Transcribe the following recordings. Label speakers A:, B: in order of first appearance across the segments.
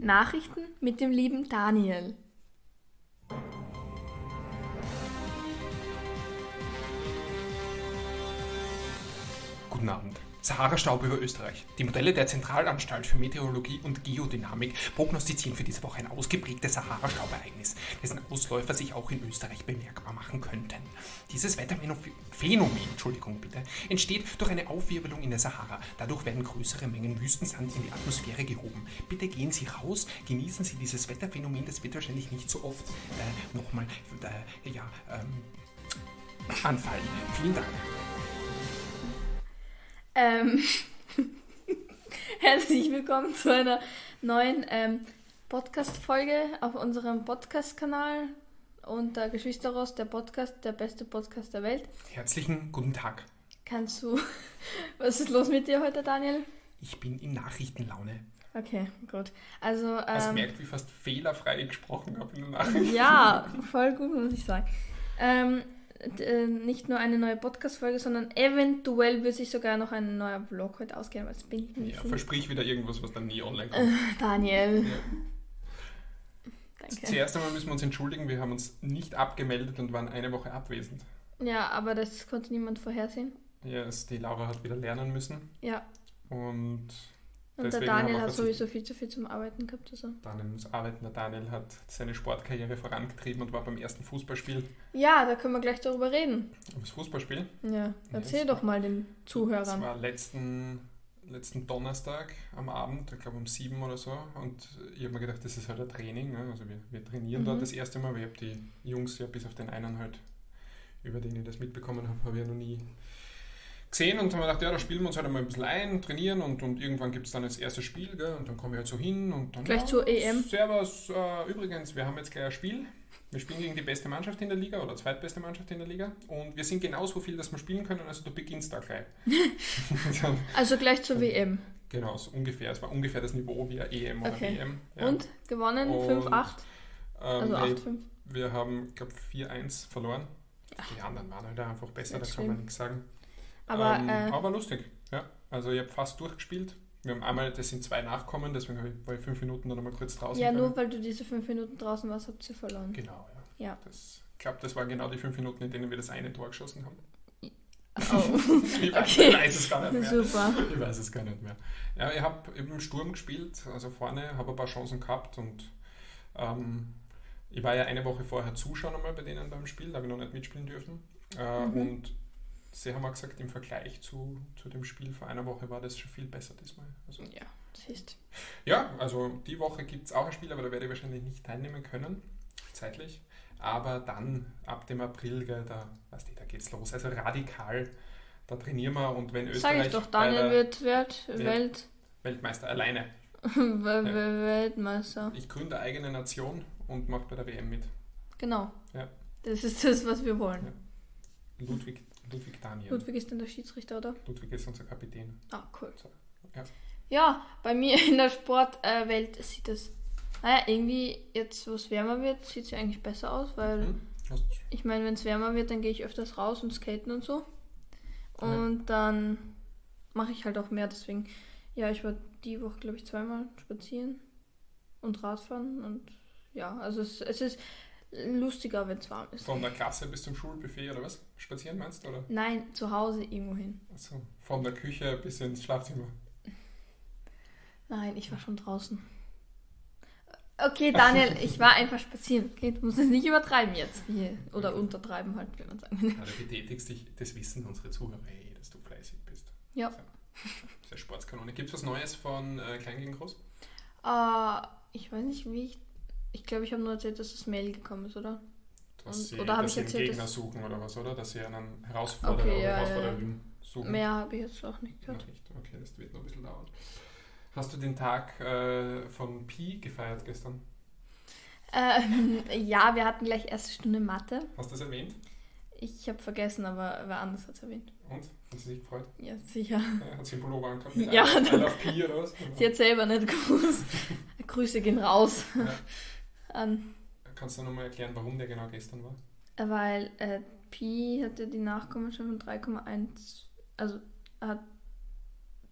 A: Nachrichten mit dem lieben Daniel.
B: Guten Abend. Sahara-Staub über Österreich. Die Modelle der Zentralanstalt für Meteorologie und Geodynamik prognostizieren für diese Woche ein ausgeprägtes Sahara-Staubereignis, dessen Ausläufer sich auch in Österreich bemerkbar machen könnten. Dieses Wetterphänomen Entschuldigung bitte, entsteht durch eine Aufwirbelung in der Sahara. Dadurch werden größere Mengen Wüstensand in die Atmosphäre gehoben. Bitte gehen Sie raus, genießen Sie dieses Wetterphänomen, das wird wahrscheinlich nicht so oft äh, nochmal äh, ja, ähm, anfallen. Vielen Dank.
A: Ähm, herzlich willkommen zu einer neuen ähm, Podcast-Folge auf unserem Podcast-Kanal unter Geschwisteros, der Podcast, der beste Podcast der Welt.
B: Herzlichen guten Tag.
A: Kannst du. Was ist los mit dir heute, Daniel?
B: Ich bin in Nachrichtenlaune.
A: Okay, gut. Also,
B: Man
A: ähm,
B: merkt, wie ich fast fehlerfrei ich gesprochen habe in der Nachricht.
A: ja, voll gut, muss ich sagen. Ähm, d- äh, nicht nur eine neue Podcast-Folge, sondern eventuell wird sich sogar noch ein neuer Vlog heute ausgehen, aber das bin ich nicht
B: Ja,
A: sicher.
B: versprich wieder irgendwas, was dann nie online kommt.
A: Äh, Daniel.
B: Ja.
A: Danke.
B: Zuerst einmal müssen wir uns entschuldigen, wir haben uns nicht abgemeldet und waren eine Woche abwesend.
A: Ja, aber das konnte niemand vorhersehen.
B: Ja, es- die Laura hat wieder lernen müssen
A: Ja,
B: und
A: und
B: Deswegen
A: der
B: haben wir
A: Daniel hat
B: verzichtet.
A: sowieso viel zu viel zum Arbeiten gehabt. Also.
B: Daniel muss arbeiten. Der Daniel hat seine Sportkarriere vorangetrieben und war beim ersten Fußballspiel.
A: Ja, da können wir gleich darüber reden.
B: Das Fußballspiel?
A: Ja, erzähl
B: ist-
A: doch mal den
B: Das
A: Zuhörern.
B: war letzten, letzten Donnerstag am Abend, ich glaube um sieben oder so. Und ich habe mir gedacht, das ist halt ein Training. Ne? Also wir, wir trainieren
A: Mhm.
B: dort das erste Mal. weil Ich habe die Jungs ja bis auf den einen halt, über den ich das mitbekommen habe, habe ich ja noch nie gesehen und haben wir gedacht, ja, da spielen wir uns halt einmal ein bisschen ein, trainieren und, und irgendwann gibt es dann das erste Spiel, gell? und dann kommen wir halt so hin und dann.
A: Gleich
B: ja,
A: zur EM.
B: Servus, äh, übrigens, wir haben jetzt gleich ein Spiel. Wir spielen gegen die beste Mannschaft in der Liga oder zweitbeste Mannschaft in der Liga und wir sind genau so viel, dass wir spielen können, also du beginnst da gleich. Dann-
A: Also gleich zur WM.
B: genau, so ungefähr, es war ungefähr das Niveau wie eine EM oder
A: Okay.
B: WM. Ja.
A: Und gewonnen
B: Und-
A: 5-8.
B: Ähm,
A: Also
B: nee,
A: 8-5.
B: wir haben, glaube 4-1 verloren. Die anderen waren halt einfach besser, da
A: Nicht
B: kann man
A: schlimm.
B: nichts sagen.
A: Aber
B: ähm,
A: äh,
B: aber lustig, ja. Also ich habe fast durchgespielt. Wir haben einmal, das sind zwei Nachkommen, deswegen hab ich, war ich fünf Minuten dann nochmal kurz draußen.
A: ja,
B: gegangen.
A: nur weil du diese 5 Minuten draußen warst, habt ihr verloren.
B: Genau, ja.
A: Ja.
B: Das, ich glaube, das waren genau die fünf Minuten, in denen wir das eine Tor geschossen haben.
A: Oh.
B: Ich weiß,
A: Okay.
B: ich weiß es gar nicht mehr.
A: Super.
B: Ich weiß es gar nicht mehr. Ja, ich habe im Sturm gespielt, also vorne, habe ein paar Chancen gehabt und ähm, ich war ja eine Woche vorher Zuschauer einmal bei denen beim Spiel, da habe ich noch nicht mitspielen dürfen. Äh,
A: Mhm.
B: Und sie haben auch gesagt, im Vergleich zu, zu dem Spiel vor einer Woche war das schon viel besser diesmal. Also,
A: Ja, siehst.
B: ja, also die Woche gibt es auch ein Spiel, aber da werde ich wahrscheinlich nicht teilnehmen können, zeitlich. Aber dann ab dem April, gell, da, weißt du, da geht's los. Also radikal, da trainieren wir und wenn
A: Sag
B: Österreich
A: ich doch,
B: bei
A: Daniel
B: der
A: wird, wird Welt,
B: Weltmeister alleine,
A: Wel- Wel- Weltmeister.
B: ich gründe eine eigene Nation und mache bei der WM mit.
A: Genau.
B: Ja.
A: Das ist das, was wir wollen.
B: Ludwig, Ludwig Daniel. Ludwig.
A: Ludwig ist dann der Schiedsrichter, oder?
B: ist unser Kapitän.
A: Ah, cool.
B: Ja.
A: Ja, bei mir in der Sportwelt sieht es. Naja, irgendwie, jetzt wo es wärmer wird, sieht es ja eigentlich besser aus, weil
B: Hm? Hast,
A: ich meine, wenn es wärmer wird, dann gehe ich öfters raus und skaten und so.
B: Ja.
A: Und dann mache ich halt auch mehr, deswegen. Ja, ich war die Woche, glaube ich, zweimal spazieren und Radfahren und ja, also es, es ist lustiger, wenn es warm ist.
B: von der Klasse bis zum Schulbuffet oder was? Spazieren meinst du? Oder?
A: Nein, zu Hause irgendwo hin.
B: Also, von der Küche bis ins Schlafzimmer.
A: Nein, ich war schon draußen. Okay, Daniel, ich war einfach spazieren. Okay, du musst es nicht übertreiben jetzt. Hier. Oder untertreiben halt, wenn man sagen will.
B: Ja, du betätigst dich, das wissen unsere Zuhörer eh, dass du fleißig bist.
A: Ja.
B: Sehr Sportskanone. Gibt es was Neues von äh, Klein gegen Groß?
A: Äh, ich weiß nicht, wie ich. Ich glaube, ich habe nur erzählt, dass das Mail gekommen ist, oder? Und- oder hab
B: dass
A: ich
B: sie einen
A: erzählt,
B: Gegner
A: dass-
B: suchen oder was, oder? Dass sie einen Herausforderer
A: Okay,
B: oder
A: ja, ja,
B: Herausforderin suchen.
A: Mehr habe ich jetzt auch nicht
B: Noch
A: gehört.
B: nicht. Okay, das wird noch ein bisschen dauern. Hast du den Tag äh, von Pi gefeiert gestern?
A: Ähm, ja, wir hatten gleich erste Stunde Mathe.
B: Hast du das erwähnt?
A: Ich habe vergessen, aber wer anders hat es erwähnt.
B: Und? Hat sie sich gefreut?
A: Ja, sicher.
B: Ja, Hat sie einen Pullover angehabt? mit
A: Ja.
B: I love Pi oder was?
A: Sie hat selber nicht gewusst. Grüße gehen raus. Ähm,
B: Ja.
A: An
B: Kannst du nochmal erklären, warum der genau gestern war?
A: Weil äh, Pi hatte die Nachkommenschaft von 3,1, also hat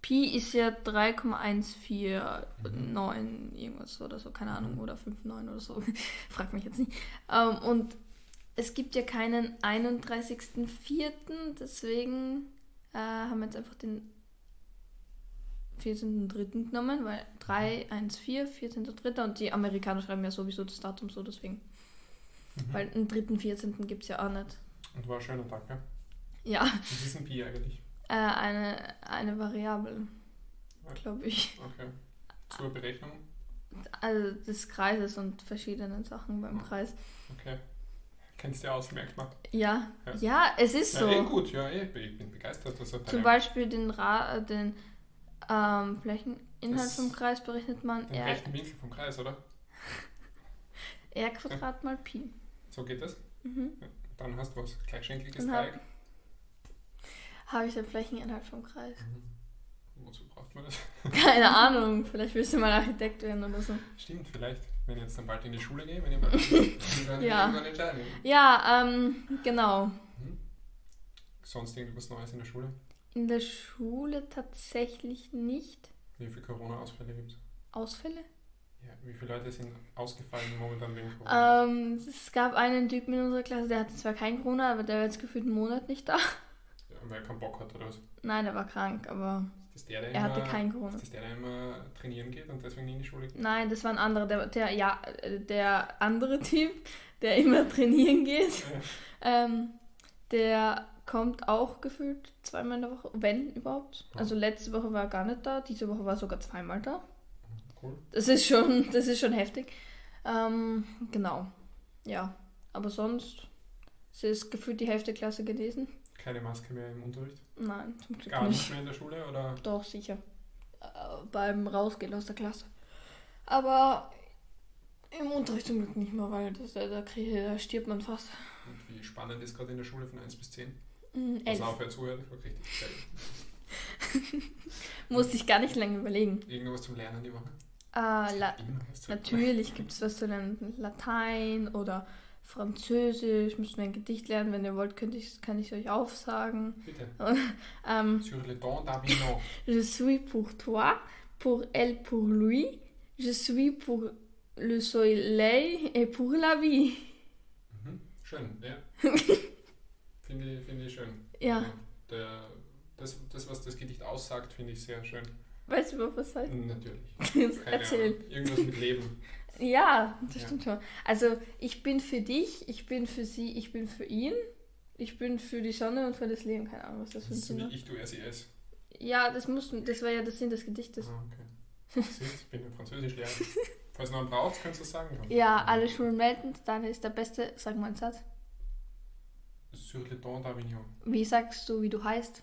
A: Pi ist ja 3,149 irgendwas oder so, keine Ahnung, oder 5,9 oder so. Frag mich jetzt nicht. Ähm, und es gibt ja keinen 31.04., deswegen äh, haben wir jetzt einfach den 14.03. genommen, weil 314, 14.03. und die Amerikaner schreiben ja sowieso das Datum so, deswegen. Weil einen dritten 14. gibt es ja auch nicht.
B: Mhm. Und war ein schöner Tag, ja?
A: Ja,
B: Was ist ein Pi eigentlich?
A: äh, eine, eine Variable, glaube ich.
B: Okay. Zur Berechnung?
A: Also des Kreises und verschiedenen Sachen beim Kreis.
B: Okay. Kennst du ja aus, merkt man.
A: Ja,
B: Ja.
A: ja, es ist
B: Ja, eh
A: so.
B: gut, ja, eh, ich bin begeistert. Also
A: Zum Beispiel den, Ra äh, den ähm, Flächeninhalt
B: Das-
A: vom Kreis berechnet man
B: Den
A: R,
B: rechten Winkel vom Kreis, oder?
A: R Quadrat mal Pi.
B: So geht das.
A: Mhm.
B: Dann hast du was. Gleichschenkliges
A: Dann hab-
B: Dreieck.
A: Habe ich den Flächeninhalt vom Kreis?
B: Mhm. Wozu braucht man das?
A: Keine Ahnung, vielleicht willst du mal Architekt werden oder so.
B: Stimmt, vielleicht, wenn ich jetzt dann bald in die Schule gehe, wenn ich mal dann
A: Ja.
B: irgendwann entscheiden.
A: Ja, ähm, genau.
B: Hm? Sonst irgendwas Neues in der Schule?
A: In der Schule tatsächlich nicht.
B: Wie viele Corona-Ausfälle gibt es?
A: Ausfälle?
B: Ja, wie viele Leute sind ausgefallen momentan wegen Corona?
A: Ähm, es gab einen Typen in unserer Klasse, der hatte zwar kein Corona, aber der war jetzt gefühlt einen Monat nicht da.
B: Ja, weil er keinen Bock hat oder was? Ist
A: Nein, er war krank, aber
B: das der, der
A: er hatte
B: immer,
A: kein Corona.
B: Ist das der, der immer trainieren geht und deswegen nie in die Schule geht?
A: Nein, das war ein anderer, der, der, ja, äh, der andere Typ, der immer trainieren geht. Ähm, der kommt auch gefühlt zweimal in der Woche, wenn überhaupt. Also letzte Woche war er gar nicht da, diese Woche war er sogar zweimal da.
B: Cool.
A: Das ist schon, das ist schon heftig. Ähm, genau. Ja. Aber sonst es ist gefühlt die Hälfte Klasse gewesen.
B: Keine Maske mehr im Unterricht?
A: Nein, zum Glück
B: Gar
A: nicht.
B: nicht mehr in der Schule oder?
A: Doch, sicher. Äh, beim Rausgehen aus der Klasse. Aber im Unterricht zum Glück nicht mehr, weil das, da, da, krieg, da stirbt man fast.
B: Und wie spannend ist gerade in der Schule von 1 bis 10?
A: Mm,
B: Pass
A: elf.
B: auf, wer zuhört, ich war richtig geil.
A: Musste ich gar nicht lange überlegen.
B: Irgendwas zum Lernen die Woche?
A: Äh, La
B: Immer was zu-
A: natürlich gibt es was zu lernen. Latein oder Französisch. Müssen wir ein Gedicht lernen. Wenn ihr wollt, könnt ich, kann ich es euch aufsagen.
B: Bitte.
A: Ähm,
B: Sur le temps d'Avignon.
A: je suis pour toi, pour elle, pour lui. Je suis pour le soleil et pour la vie.
B: Mhm. Schön, ja. finde, ich, finde ich schön.
A: Ja.
B: Also Der, das, das, was das Gedicht aussagt, finde ich sehr schön.
A: Weißt du, über was heißt?
B: Natürlich. Keine
A: Erzähl.
B: Ahnung. Irgendwas mit Leben.
A: Ja, das
B: Ja.
A: stimmt schon. Also, ich bin für dich, ich bin für sie, ich bin für ihn, ich bin für die Sonne und für das Leben. Keine Ahnung, was das
B: Das
A: für ein
B: ist so
A: Sinn
B: wie
A: hat.
B: ich, du, E er, sie, es.
A: Ja, das, muss, das war ja der Sinn des Gedichtes.
B: Ah, okay. Siehst, ich bin ein Französischlehrer. Falls du noch einen brauchst, kannst du es sagen. Dann.
A: Ja, alle Schulen melden, deine ist der Beste. Sag mal einen Satz.
B: Sur le temps d'Avignon.
A: Wie sagst du, wie du heißt?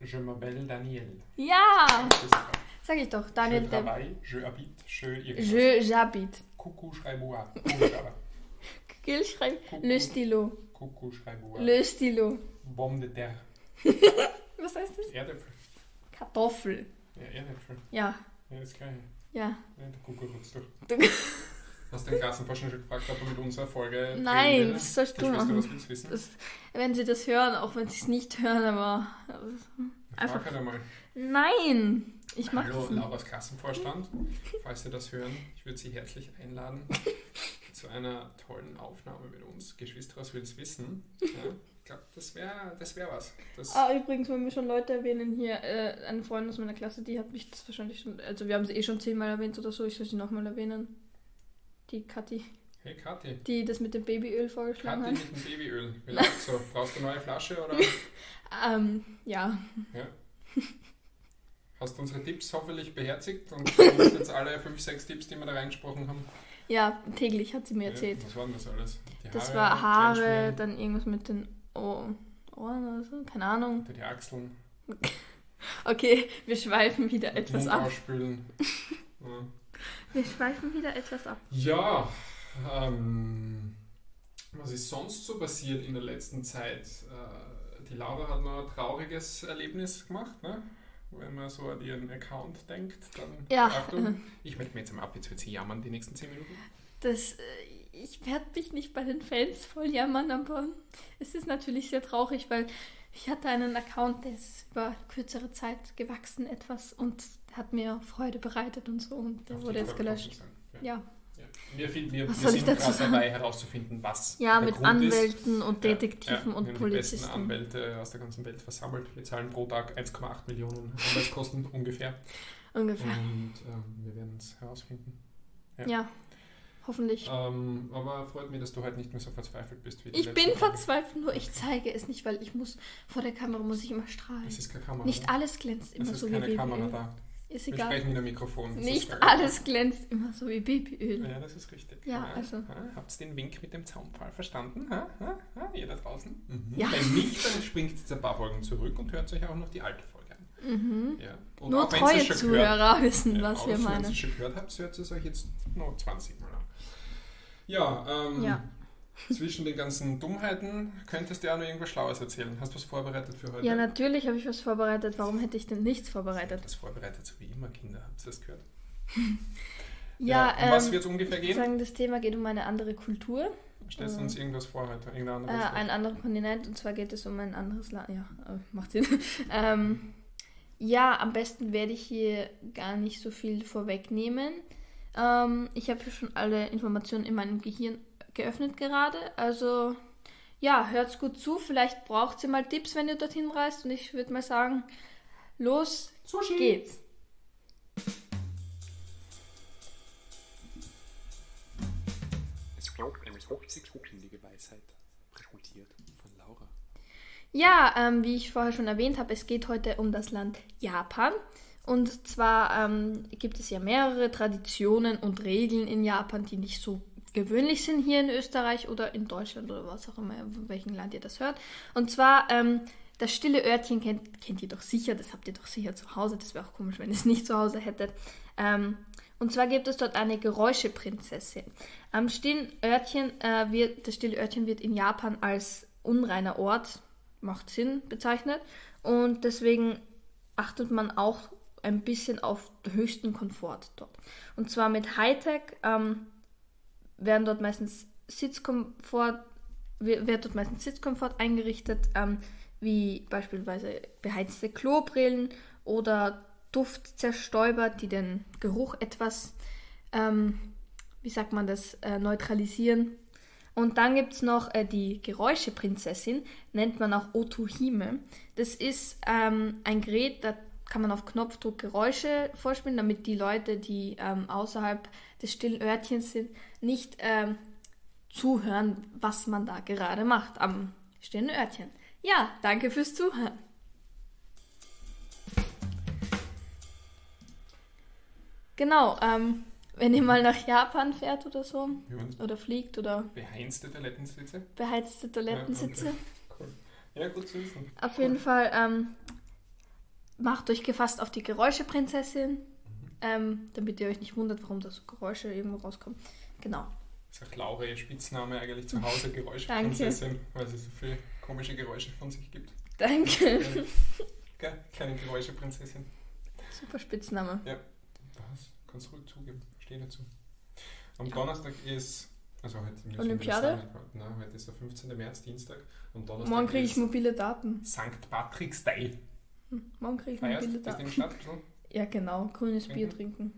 B: Je m'appelle Daniel.
A: Ja,
B: Das ist klar.
A: sag ich doch.
B: Je
A: Daniel, der.
B: travaille, je habite, je irgendwas.
A: Je j'habite.
B: Coucou, Schreiboa. Kugelschreiber.
A: Gil schreibt
B: Kuckuck.
A: Le Stylo.
B: Coucou, Schreiboa.
A: Le Stylo.
B: Bombe de terre.
A: Was heißt das?
B: Erdäpfel.
A: Kartoffel.
B: Ja, Erdäpfel.
A: Ja,
B: Ja, ist geil.
A: ja.
B: Ja, der Kuckuck rutscht durch.
A: Du-
B: Hast du den Klassenforschern schon gefragt, ob er mit unserer Folge reden
A: Nein,
B: will?
A: das sollst du
B: Schwester,
A: machen.
B: was willst du wissen?
A: Das, wenn sie das hören, auch wenn sie es nicht hören, aber.
B: Frag
A: einfach-
B: halt einmal.
A: Nein! Ich mach
B: Hallo,
A: das nicht.
B: Laura's Klassenvorstand. Falls Sie das hören, ich würde Sie herzlich einladen zu einer tollen Aufnahme mit uns. Geschwister, was willst du wissen? Ja, ich glaube, das wäre das wär was. Das,
A: Ah, übrigens, wenn wir schon Leute erwähnen hier, äh, eine Freundin aus meiner Klasse, die hat mich das wahrscheinlich schon. Also, wir haben sie eh schon zehnmal erwähnt oder so, ich soll sie nochmal erwähnen. Die Kathi,
B: Hey, Kathi.
A: die das mit dem Babyöl vorgeschlagen
B: Kathi mit dem Babyöl. Wie läuft's so? Brauchst du eine neue Flasche oder
A: hat. Ähm, ja.
B: hast du unsere Tipps hoffentlich beherzigt und hast jetzt alle 5, 6 Tipps, die wir da reingesprochen haben?
A: Ja, täglich hat sie mir
B: Ja,
A: erzählt.
B: Was waren das alles? Die
A: Das war Haare,
B: einschmieren,
A: dann irgendwas mit den Ohr- Ohren oder so, keine Ahnung.
B: die Achseln,
A: Okay, wir schweifen wieder
B: den
A: etwas
B: Mund
A: ab.
B: ausspülen. Ja.
A: Wir schweifen wieder etwas ab.
B: Ja, ähm, was ist sonst so passiert in der letzten Zeit? Äh, die Laura hat noch ein trauriges Erlebnis gemacht, ne? Wenn man so an ihren Account denkt, dann
A: Ja,
B: Achtung. Ich melde mich jetzt mal ab, jetzt wird sie jammern die nächsten 10 Minuten.
A: Das, äh, ich werde mich nicht bei den Fans voll jammern, aber es ist natürlich sehr traurig, weil Ich hatte einen Account, der ist über kürzere Zeit gewachsen etwas und hat mir Freude bereitet und so und der
B: Auf
A: wurde
B: jeden
A: jetzt
B: Fall
A: gelöscht.
B: aufmerksam. Ja.
A: Ja.
B: Ja. Wir, finden, wir, wir
A: Was soll ich
B: sind
A: dazu
B: gerade
A: sagen?
B: dabei herauszufinden, was
A: Ja,
B: der
A: mit
B: Grund ist.
A: Anwälten und
B: Ja,
A: Detektiven
B: ja, wir
A: und
B: haben Die besten
A: Polizisten.
B: Anwälte aus der ganzen Welt versammelt. Wir zahlen pro Tag 1,8 Millionen Anwaltskosten ungefähr.
A: Ungefähr.
B: Und ähm, wir werden es herausfinden. Ja.
A: Ja. Hoffentlich.
B: Ähm, aber freut mich, dass du heute nicht mehr so verzweifelt bist wie die
A: Ich
B: letzten
A: bin
B: Tage.
A: verzweifelt, nur ich zeige es nicht, weil ich muss vor der Kamera muss ich immer strahlen.
B: Es ist keine Kamera.
A: Nicht alles glänzt
B: es
A: immer
B: ist
A: so wie
B: keine
A: Babyöl.
B: Kamera da.
A: Ist
B: Wir
A: egal.
B: sprechen in einem Mikrofon. Das
A: Nicht
B: ist gar-
A: alles glänzt immer so wie Babyöl.
B: Ja, das ist richtig.
A: Ja, also-
B: Habt ihr den Wink mit dem Zaunpfahl verstanden? Ha? Ha? Ha? Ihr da draußen? Mhm.
A: Ja.
B: Wenn nicht, dann springt jetzt ein paar Folgen zurück und hört euch auch noch die alte Folge an.
A: Mhm.
B: Ja. Und
A: Nur
B: auch wenn ihr es
A: treue
B: schon gehört-
A: Zuhörer wissen,
B: Ja,
A: was
B: auch
A: wir
B: Wenn ihr
A: meinen.
B: es schon gehört habt, hört es euch jetzt noch 20 Mal an. Ja, ähm,
A: Ja.
B: zwischen den ganzen Dummheiten könntest du ja noch irgendwas Schlaues erzählen. Hast du was vorbereitet für heute?
A: Ja, natürlich habe ich was vorbereitet. Warum hätte ich denn nichts vorbereitet?
B: Das vorbereitet, so wie immer, Kinder. Habt ihr das gehört?
A: Ja,
B: um was
A: ähm,
B: wird es ungefähr
A: ich würde
B: gehen?
A: sagen, das Thema geht um eine andere Kultur,
B: Stellst du uns irgendwas vor heute? Irgendein
A: äh,
B: anderes? Wort?
A: einen anderen Kontinent und zwar geht es um ein anderes Land. Ja, äh, macht Sinn. ähm, ja, am besten werde ich hier gar nicht so viel vorwegnehmen. Ähm, ich habe hier schon alle Informationen in meinem Gehirn geöffnet gerade. Also ja, hört's gut zu. Vielleicht braucht ihr mal Tipps, wenn ihr dorthin reist. Und ich würde mal sagen, los
B: Sushi!
A: geht's.
C: Es glaubt eine 50-hochhändige Weisheit, präsentiert von Laura.
A: Ja, ähm, wie ich vorher schon erwähnt habe, es geht heute um das Land Japan. Und zwar ähm, gibt es ja mehrere Traditionen und Regeln in Japan, die nicht so gewöhnlich sind hier in Österreich oder in Deutschland oder was auch immer, in welchem Land ihr das hört. Und zwar ähm, das stille Örtchen kennt, kennt ihr doch sicher, das habt ihr doch sicher zu Hause. Das wäre auch komisch, wenn ihr es nicht zu Hause hättet. Ähm, und zwar gibt es dort eine Geräuscheprinzessin. Am stillen Örtchen äh, wird, das stille Örtchen wird in Japan als unreiner Ort, macht Sinn, bezeichnet. Und deswegen achtet man auch ein bisschen auf den höchsten Komfort dort. Und zwar mit Hightech ähm, werden dort meistens Sitzkomfort, wi- wird dort meistens Sitzkomfort eingerichtet, ähm, wie beispielsweise beheizte Klobrillen oder Duftzerstäuber, die den Geruch etwas, ähm, wie sagt man das, äh, neutralisieren. Und dann gibt es noch äh, die Geräuscheprinzessin, nennt man auch Otohime. Das ist ähm, ein Gerät, da kann man auf Knopfdruck Geräusche vorspielen, damit die Leute, die ähm, außerhalb des stillen Örtchens sind, nicht ähm, zuhören, was man da gerade macht am stillen Örtchen. Ja, danke fürs Zuhören. Genau, ähm, wenn ihr mal nach Japan fährt oder so,
B: Wir haben uns
A: oder fliegt oder
B: beheinste Toilettensitze.
A: beheizte Toilettensitze.
B: Ja, okay. Cool. Ja, gut zu wissen.
A: Auf jeden Fall ähm, macht euch gefasst auf die Geräuscheprinzessin,
B: Mhm.
A: ähm, damit ihr euch nicht wundert, warum da so Geräusche irgendwo rauskommen. Genau.
B: Ist auch Laura ihr Spitzname eigentlich zu Hause, Geräuschprinzessin, weil sie so viele komische Geräusche von sich gibt.
A: Danke.
B: Gell? Keine Geräuscheprinzessin.
A: Super Spitzname.
B: Was? Kannst du ruhig zugeben. Steh dazu. Am Donnerstag ist. Also heute müssen wir
A: Olympiade?
B: das sagen. Nein, ne? heute ist der 15. März, Dienstag. Am Donnerstag
A: Morgen kriege ich
B: ist
A: mobile Daten. Hm,
B: St. Patrick's Day.
A: Morgen kriege ich
B: Feierst
A: mobile
B: du bist in
A: Daten.
B: der Stadt? so?
A: Ja, genau. Grünes Bier
B: Mhm.
A: trinken.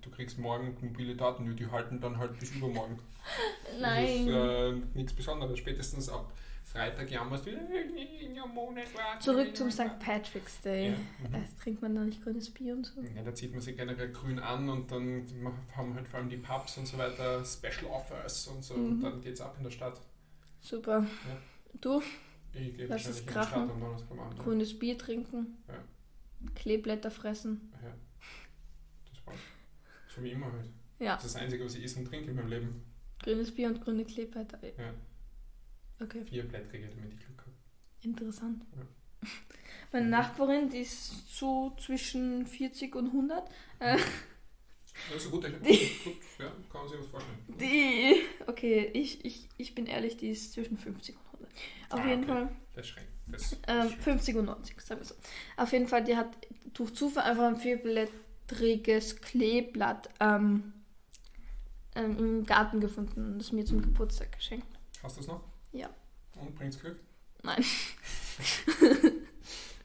B: Du kriegst morgen mobile Daten, nur die halten dann halt bis übermorgen.
A: Nein.
B: Das ist äh, nichts Besonderes. Spätestens ab Freitag jammerst du. "Äh, ja, Monat warten, ja,
A: Zurück zum St.
B: warten."
A: Patrick's
B: Ja.
A: Day. Also.
B: Mhm.
A: Erst trinkt man da nicht grünes Bier und so.
B: Ja, da zieht man sich generell grün an und dann haben halt vor allem die Pubs und so weiter Special Offers und so und
A: Mhm.
B: dann geht's ab in der Stadt.
A: Super.
B: Ja.
A: Du,
B: Ich gehe
A: Lass
B: wahrscheinlich
A: es
B: in die Stadt
A: krachen.
B: und Donnerstag am Abend.
A: grünes Bier trinken.
B: Ja.
A: Kleeblätter fressen.
B: Ja. Das war's. So wie immer halt.
A: Ja.
B: Das ist das Einzige, was ich esse und trinke in meinem Leben.
A: Grünes Bier und grüne Kleeblätter.
B: Ja.
A: Okay.
B: Vier Blättrige, damit ich Glück habe.
A: Interessant.
B: Ja.
A: Meine
B: Mhm.
A: Nachbarin, die ist so zwischen 40 und 100.
B: Das ist gut, gut, gut, ja, kann man sich was vorstellen.
A: Die, okay, ich, ich, ich bin ehrlich, die ist zwischen 50 und 100. Auf
B: Ah,
A: jeden
B: okay.
A: Fall.
B: Das ist schräg. Das, das
A: Ähm,
B: ist schön.
A: 50 und 90, sagen wir so. Auf jeden Fall, die hat durch Zufall einfach ein vierblättriges Kleeblatt ähm, ähm, im Garten gefunden und das mir zum Geburtstag geschenkt.
B: Hast du es noch?
A: Ja.
B: Und bringt's Glück?
A: Nein.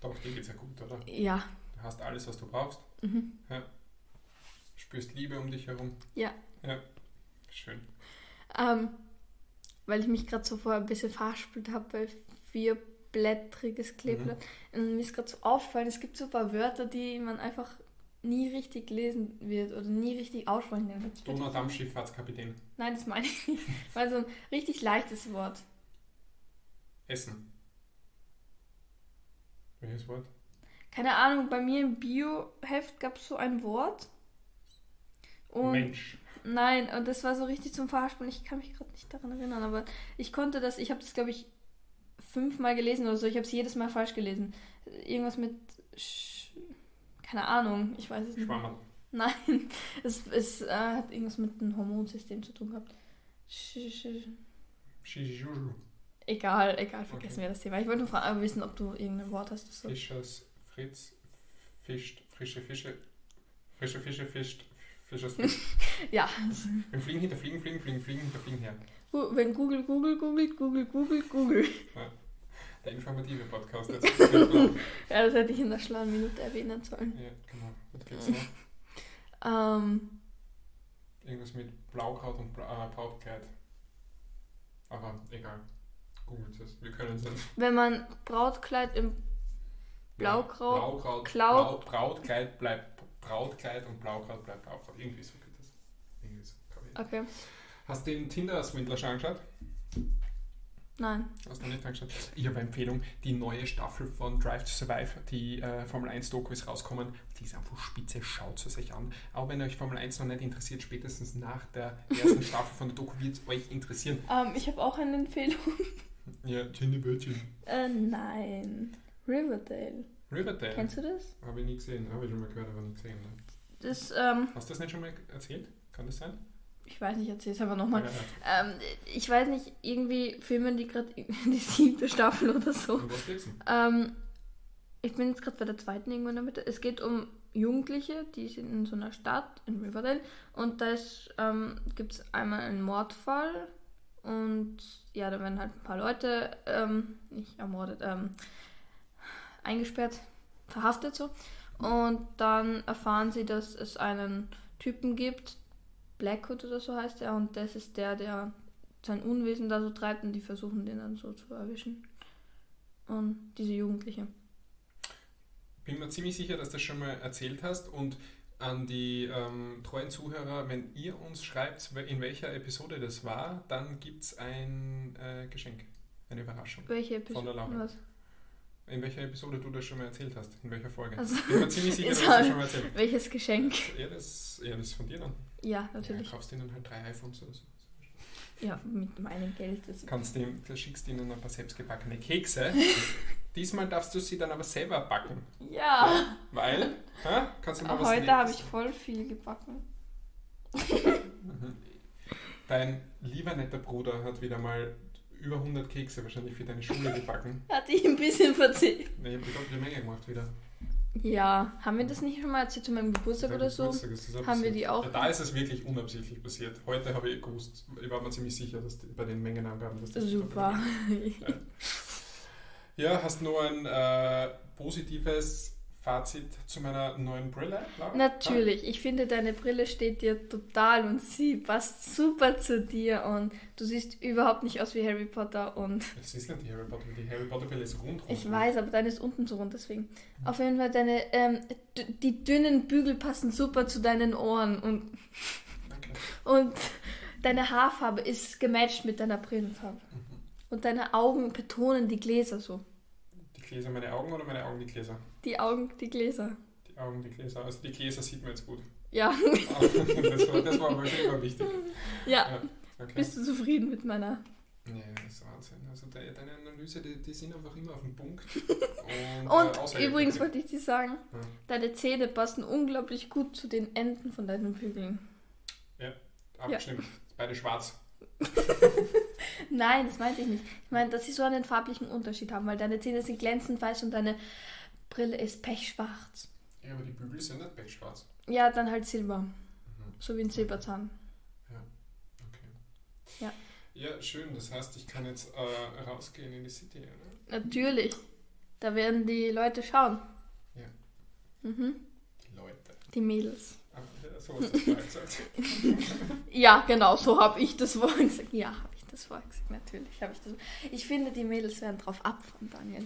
B: Doch, dir geht's ja gut, oder?
A: Ja, Mhm.
B: Du hast alles, was du brauchst. Ja. Spürst Liebe um dich herum.
A: ja.
B: Ja. Schön.
A: Ähm, weil ich mich gerade so vorher ein bisschen verhaspelt habe bei vierblättriges Kleeblatt. Und mir ist gerade so aufgefallen, es gibt so ein paar Wörter, die man einfach nie richtig lesen wird oder nie richtig aussprechen kann.
B: Donaudampfschifffahrtskapitän.
A: Nein, das meine ich nicht. Weil so ein richtig leichtes Wort.
B: Essen. Welches Wort?
A: Keine Ahnung, bei mir im Bio-Heft gab es so ein Wort. Und
B: Mensch.
A: Nein, und das war so richtig zum Verhaspeln. Ich kann mich gerade nicht daran erinnern, aber ich konnte das, ich habe das, glaube ich, fünfmal gelesen oder so. Ich habe es jedes Mal falsch gelesen. Irgendwas mit. Sch keine Ahnung, ich weiß es nicht.
B: Schwammerl.
A: Nein, es, es äh, hat irgendwas mit einem Hormonsystem zu tun gehabt. Sch sch
B: Shijuju.
A: egal, egal, vergessen
B: Okay.
A: wir das Thema. Ich wollte nur fra- wissen, ob du irgendein Wort hast. Das so.
B: Fischers Fritz. Fischt. Frische Fische. Frische Fische fischt. Fischers Fritz.
A: Ja,
B: Wir fliegen hinter Fliegen, Fliegen, Fliegen, Fliegen, hinter Fliegen her.
A: Gu- wenn Google, Google, Google, Google, Google, Google.
B: Der informative Podcast. Jetzt ist es ja, klar.
A: Ja, das hätte ich in der schlauen Minute erwähnen sollen.
B: ja, genau. Was gibt's noch?
A: Ähm.
B: Irgendwas mit Blaukraut und Bra äh, Brautkleid. Aber egal. Googelt es. Wir können es nicht.
A: Wenn man Brautkleid im Blaukraut-
B: Blaukraut. Blau,
A: Klau-
B: Brautkleid bleibt Brautkleid und Blaukraut bleibt Blaukraut. Irgendwie so geht das. Irgendwie so, glaub ich.
A: Okay.
B: Hast du den Tinder-Swindler schon angeschaut?
A: Nein.
B: Hast du noch nicht angeschaut? Ich habe eine Empfehlung. Die neue Staffel von Drive to Survive, die äh, Formel 1 Doku ist rausgekommen. Die ist einfach spitze. Schaut es euch an. Auch wenn euch Formel 1 noch nicht interessiert, spätestens nach der ersten Staffel von der Doku wird es euch interessieren.
A: Ähm, ich habe auch eine Empfehlung.
B: Ja, Jenny Böttchen.
A: Äh, nein. Riverdale.
B: Riverdale.
A: Kennst du das?
B: Habe ich nie gesehen, habe ich schon mal gehört, aber nicht gesehen. Ne?
A: Das, ähm,
B: Hast du das nicht schon mal erzählt? Kann das sein?
A: ich weiß nicht, erzähl es einfach nochmal.
B: Ja, ja.
A: Ähm, ich weiß nicht, irgendwie filmen die gerade die siebte Staffel oder so.
B: Und was geht's denn?
A: Ähm, ich bin jetzt gerade bei der zweiten irgendwo in der Mitte. Es geht um Jugendliche, die sind in so einer Stadt in Riverdale und da ist, ähm, gibt es einmal einen Mordfall und ja, da werden halt ein paar Leute ähm, nicht ermordet, ähm, eingesperrt, verhaftet so. Und dann erfahren sie, dass es einen Typen gibt, Blackwood oder so heißt er, und das ist der, der sein Unwesen da so treibt und die versuchen den dann so zu erwischen. Und diese Jugendliche.
B: Bin mir ziemlich sicher, dass du das schon mal erzählt hast und an die ähm, treuen Zuhörer, wenn ihr uns schreibt, wel- in welcher Episode das war, dann gibt es ein äh, Geschenk, eine Überraschung.
A: Welche
B: Von der
A: Episode?
B: Laura.
A: Was?
B: In welcher Episode du das schon mal erzählt hast, in welcher Folge.
A: Also,
B: Bin mir ziemlich sicher, dass
A: ist
B: du das
A: halt-
B: schon mal erzählt
A: Welches Geschenk?
B: hast. Ja, das, ja, das ist von dir dann.
A: Ja,
B: Ja,
A: natürlich.
B: kaufst ihnen halt drei iPhones oder so.
A: Ja, mit meinem Geld. Das
B: kannst dem, du schickst ihnen ein paar selbstgebackene Kekse. Diesmal darfst du sie dann aber selber backen,
A: ja,
B: weil, hä? kannst du mal was
A: Ah, heute habe
B: Nettes-
A: ich voll viel gebacken.
B: Mhm. Dein lieber netter Bruder hat wieder mal über 100 Kekse wahrscheinlich für deine Schule gebacken.
A: Hatte ich ein bisschen verzählt.
B: Nee, ich habe eine Menge gemacht wieder.
A: Ja, haben wir das nicht schon mal erzählt zu meinem Geburtstag
B: Dein
A: oder so?
B: Geburtstag ist das auch
A: haben wir
B: passiert.
A: die auch-
B: Ja, da ist es wirklich unabsichtlich passiert. Heute habe ich gewusst, ich war mir ziemlich sicher, dass die, bei den Mengenangaben, dass das
A: Super.
B: Ja, hast du ein äh, positives Fazit zu meiner neuen Brille? Laura?
A: Natürlich, ich finde, deine Brille steht dir total und sie passt super zu dir und du siehst überhaupt nicht aus wie Harry Potter und
B: Es ist nicht die Harry Potter, die Harry Potter Brille ist rund.
A: Ich
B: rund.
A: weiß, aber deine ist unten so rund, deswegen. Auf jeden Fall, deine, ähm, d- die dünnen Bügel passen super zu deinen Ohren und,
B: Danke.
A: und deine Haarfarbe ist gematcht mit deiner Brillenfarbe.
B: Mhm.
A: Und deine Augen betonen die Gläser so.
B: Die Gläser meine Augen oder meine Augen die Gläser?
A: Die Augen, die Gläser.
B: Die Augen die Gläser. Also die Gläser sieht man jetzt gut.
A: Ja,
B: Aber das, war, das war wirklich immer wichtig.
A: ja.
B: Ja, genau. okay.
A: Bist du zufrieden mit meiner?
B: Nee, das ist Wahnsinn. Also de, deine Analyse, die, die sind einfach immer auf den Punkt. Und,
A: Und
B: äh, aussagekräftig.
A: übrigens wollte ich dir sagen,
B: Ja.
A: deine Zähne passen unglaublich gut zu den Enden von deinen Bügeln.
B: Abgestimmt. Beide schwarz.
A: Nein, das meinte ich nicht. Ich meine, dass sie so einen farblichen Unterschied haben, weil deine Zähne sind glänzend weiß und deine Brille ist pechschwarz.
B: Ja, aber die Bügel sind nicht pechschwarz.
A: Ja, dann halt Silber.
B: Mhm.
A: So wie ein Silberzahn.
B: Okay.
A: Ja.
B: Ja, schön. Das heißt, ich kann jetzt äh, rausgehen in die City. Oder?
A: Natürlich. Da werden die Leute schauen.
B: Ja.
A: Mhm.
B: Die Leute.
A: Die Mädels.
B: Ah, So hast du es vorher gesagt.
A: Ja, genau, so habe ich das vorhin gesagt. Ja, habe ich das vorher gesagt, natürlich habe ich das. Ich finde, die Mädels werden drauf abfahren, Daniel.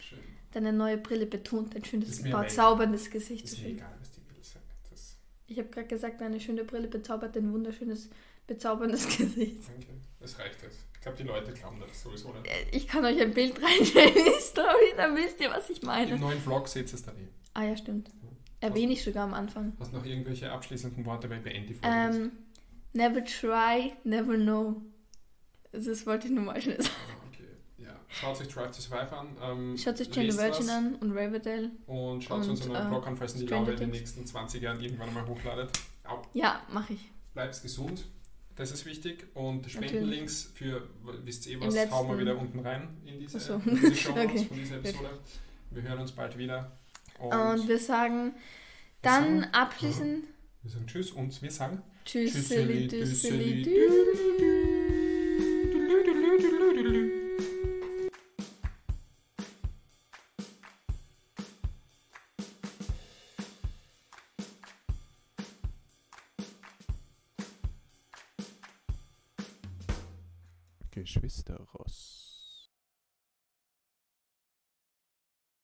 B: Schön.
A: Deine neue Brille betont ein schönes,
B: Ist mir
A: paar
B: egal.
A: zauberndes Gesicht. zu
B: Ist mir
A: finden.
B: egal, was die Mädels sagen. Das,
A: Ich habe gerade gesagt, eine schöne Brille bezaubert ein wunderschönes, bezauberndes Gesicht.
B: danke. Das reicht jetzt. Ich glaube, die Leute glauben das sowieso nicht.
A: Äh, Ich kann euch ein Bild reinstellen in die Story, dann wisst ihr, was ich
B: Im
A: meine.
B: neuen Vlog seht ihr es dann eh.
A: Ah ja, stimmt. Erwähne ich sogar am Anfang.
B: Hast du noch irgendwelche abschließenden Worte, weil wir Ende Folge ist?
A: Ähm, never try, never know. Das wollte ich nur mal schnell sagen.
B: Ah, Okay. Ja. Schaut euch Drive to Survive an. Ähm,
A: Schaut euch Jane the
B: lest
A: Virgin
B: was
A: an und Riverdale.
B: Und schaut
A: Und,
B: unseren neuen
A: äh,
B: Blog an, falls die
A: Stranger
B: Laura in den
A: Things.
B: nächsten 20 Jahren irgendwann einmal hochladet. Au.
A: Ja, mache ich.
B: Bleibt gesund. Das ist wichtig. Und Spendenlinks für, wisst ihr eh was,
A: Im
B: hauen wir
A: letzten-
B: wieder unten rein in diese,
A: Ach so.
B: in diese Show Notes
A: Okay.
B: von dieser Episode. Wir hören uns bald wieder. Und,
A: Und wir sagen dann abschließend
B: wir sagen Tschüss und wir sagen.
A: Tschüsseli,
B: Tschüsseli,
A: Tschüsseli, Tschüsseli.
C: Geschwister Ross.